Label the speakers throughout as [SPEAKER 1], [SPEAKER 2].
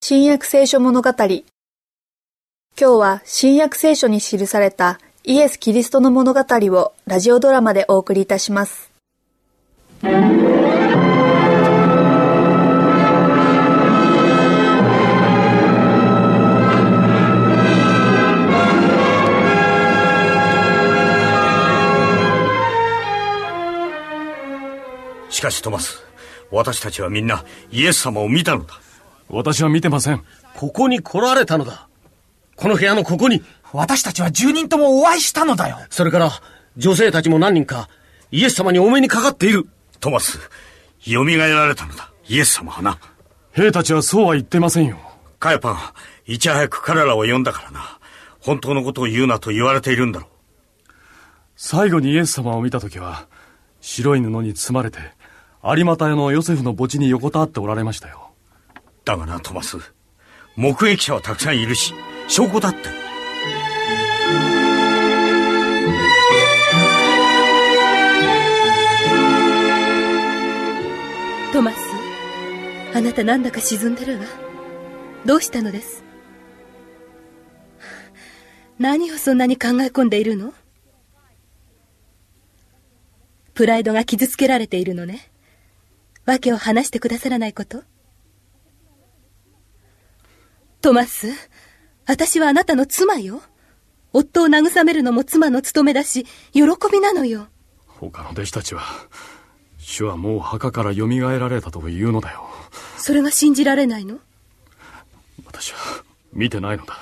[SPEAKER 1] 新約聖書物語。今日は新約聖書に記されたイエス・キリストの物語をラジオドラマでお送りいたします。
[SPEAKER 2] しかしトマス、私たちはみんなイエス様を見たのだ。
[SPEAKER 3] 私は見てません。
[SPEAKER 4] ここに来られたのだ。この部屋のここに、
[SPEAKER 5] 私たちは10人ともお会いしたのだよ。
[SPEAKER 4] それから女性たちも何人か、イエス様にお目にかかっている。
[SPEAKER 2] トマス、蘇られたのだ。イエス様はな。
[SPEAKER 3] 兵たちはそうは言ってませんよ。
[SPEAKER 2] カヤパン、いち早く彼らを呼んだからな。本当のことを言うなと言われているんだろう。
[SPEAKER 3] 最後にイエス様を見たときは、白い布に包まれて、有股屋のヨセフの墓地に横たわっておられましたよ。
[SPEAKER 2] だがな、トマス。目撃者はたくさんいるし、証拠だって。
[SPEAKER 6] トマスあなたなんだか沈んでるわどうしたのです何をそんなに考え込んでいるのプライドが傷つけられているのね訳を話してくださらないことトマス私はあなたの妻よ夫を慰めるのも妻の務めだし喜びなのよ
[SPEAKER 3] 他の弟子たちは、主はもう墓から蘇られたというのだよ。
[SPEAKER 6] それが信じられないの
[SPEAKER 3] 私は見てないのだ。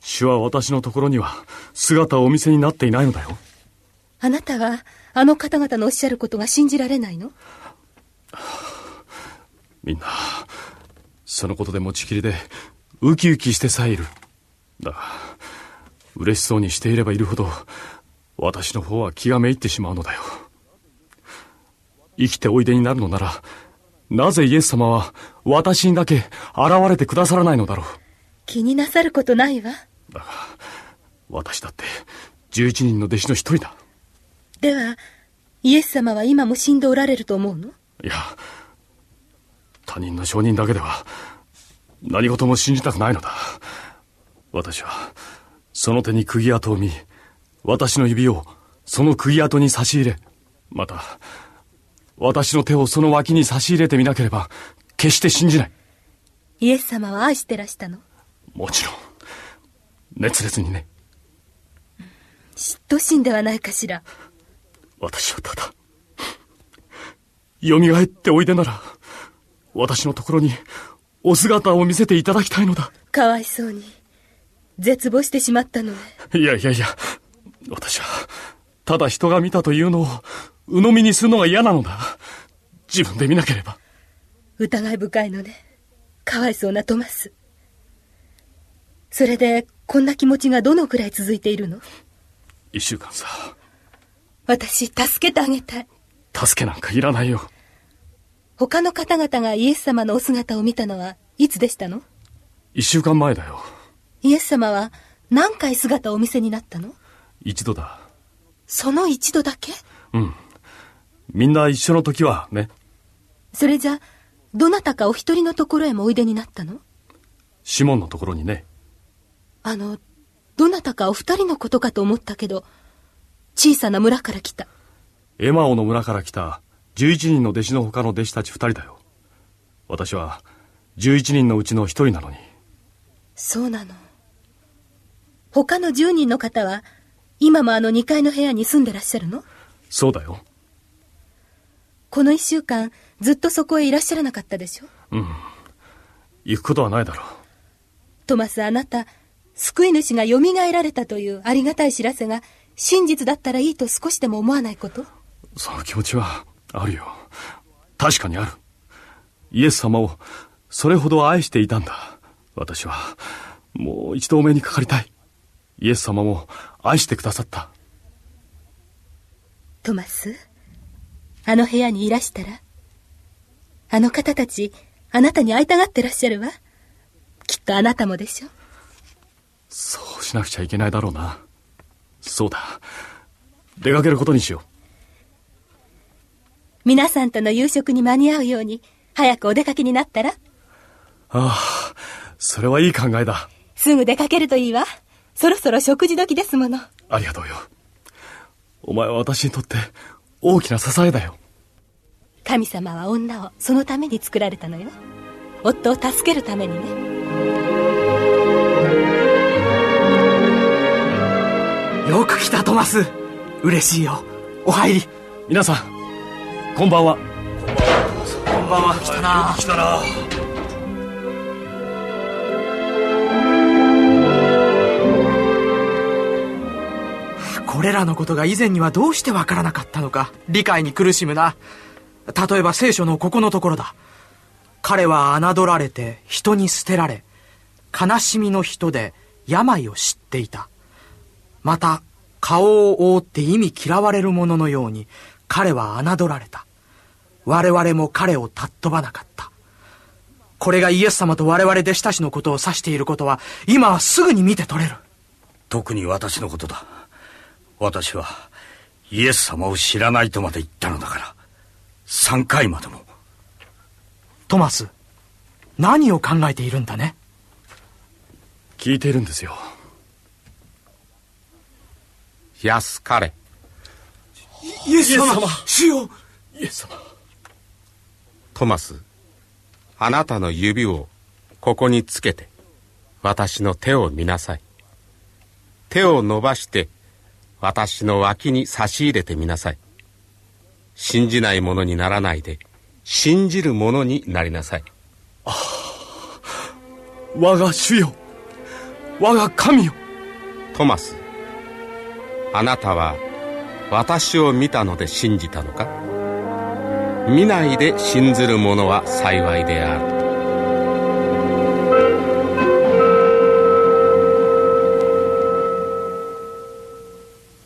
[SPEAKER 3] 主は私のところには姿をお見せになっていないのだよ。
[SPEAKER 6] あなたは、あの方々のおっしゃることが信じられないの
[SPEAKER 3] みんな、そのことで持ちきりで、ウキウキしてさえいる。だが、嬉しそうにしていればいるほど、私の方は気がめいってしまうのだよ。生きておいでになるのなら、なぜイエス様は私にだけ現れてくださらないのだろ
[SPEAKER 6] 気になさることないわ。
[SPEAKER 3] う。だが、私だって、11人の弟子の一人だ。
[SPEAKER 6] では、イエス様は今も死んでおられると思うの
[SPEAKER 3] いや、他人の証人だけでは、何事も信じたくないのだ。私は、その手に釘跡を見、私の指を、その釘跡に差し入れ、また、私の手をその脇に差し入れてみなければ、決して信じない。
[SPEAKER 6] イエス様は愛してらしたの。
[SPEAKER 3] もちろん、熱烈にね、
[SPEAKER 6] 嫉妬心ではないかしら。
[SPEAKER 3] 私はただ、蘇っておいでなら、私のところに、お姿を見せていただきたいのだ。
[SPEAKER 6] かわいそうに。絶望してしまったのね。
[SPEAKER 3] いやいやいや、私は、ただ人が見たというのを、鵜呑みにするのが嫌なのだ。自分で見なければ。
[SPEAKER 6] 疑い深いのね。かわいそうなトマス。それで、こんな気持ちがどのくらい続いているの
[SPEAKER 3] 一週間さ、
[SPEAKER 6] 私、助けてあげたい。
[SPEAKER 3] 助けなんかいらないよ。
[SPEAKER 6] 他の方々がイエス様のお姿を見たのは、いつでしたの
[SPEAKER 3] 一週間前だよ。
[SPEAKER 6] イエス様は何回姿をお見せになったの
[SPEAKER 3] 一度だ。
[SPEAKER 6] その一度だけ
[SPEAKER 3] うん。みんな一緒の時はね、
[SPEAKER 6] それじゃ、どなたかお一人のところへもおいでになったの
[SPEAKER 3] シモンのところにね、
[SPEAKER 6] あの、どなたかお二人のことかと思ったけど、小さな村から来た。
[SPEAKER 3] エマオの村から来た11人の弟子の他の弟子たち二人だよ。私は、11人のうちの一人なのに。
[SPEAKER 6] そうなの。他の十人の方は、今もあの二階の部屋に住んでらっしゃるの
[SPEAKER 3] そうだよ。
[SPEAKER 6] この一週間、ずっとそこへいらっしゃらなかったでしょ
[SPEAKER 3] 行くことはないだろう。
[SPEAKER 6] トマスあなた、救い主が蘇られたというありがたい知らせが、真実だったらいいと少しでも思わないこと
[SPEAKER 3] その気持ちはあるよ。確かにある。イエス様をそれほど愛していたんだ。私はもう一度お目にかかりたい。イエス様も愛してくださった。
[SPEAKER 6] トマス、あの部屋にいらしたら、あの方たち、あなたに会いたがってらっしゃるわ。きっとあなたもでしょ。
[SPEAKER 3] そうしなくちゃいけないだろうな。そうだ。出かけることにしよ
[SPEAKER 6] 皆さんとの夕食に間に合うように、早くお出かけになったら
[SPEAKER 3] う。ああ、それはいい考えだ。
[SPEAKER 6] すぐ出かけるといいわ。そろそろ食事時ですもの。
[SPEAKER 3] ありがとうよ。お前は私にとって大きな支えだよ。
[SPEAKER 6] 神様は女をそのために作られたのよ。夫を助けるためにね。
[SPEAKER 5] よく来た、トマス。嬉しいよ。お入り。
[SPEAKER 3] 皆さん、こんばんは。
[SPEAKER 5] こんばんは。来たな。
[SPEAKER 2] 来たな
[SPEAKER 5] これらのことが以前にはどうしてわからなかったのか、理解に苦しむな。例えば聖書のここのところだ。彼は侮られて、人に捨てられ、悲しみの人で病を知っていた。また、顔を覆って意味嫌われる者のように、彼は侮られた。我々も彼を尊ばなかった。これがイエス様と我々弟子たちのことを指していることは、今はすぐに見て取れる。
[SPEAKER 2] 特に私のことだ。私は、イエス様を知らないとまで言ったのだから、3回までも。
[SPEAKER 5] トマス、何を考えているんだね
[SPEAKER 3] 聞いているんですよ。
[SPEAKER 7] 安かれ。
[SPEAKER 5] イエス様主よ
[SPEAKER 3] イエス様。
[SPEAKER 7] トマス、あなたの指をここにつけて、私の手を見なさい。手を伸ばして、私の脇に差し入れてみなさい。信じないものにならないで、信じるものになりなさい。
[SPEAKER 3] 我が主よ。我が神よ。
[SPEAKER 7] トマス、あなたは私を見たので信じたのか見ないで信ずる者は幸いである。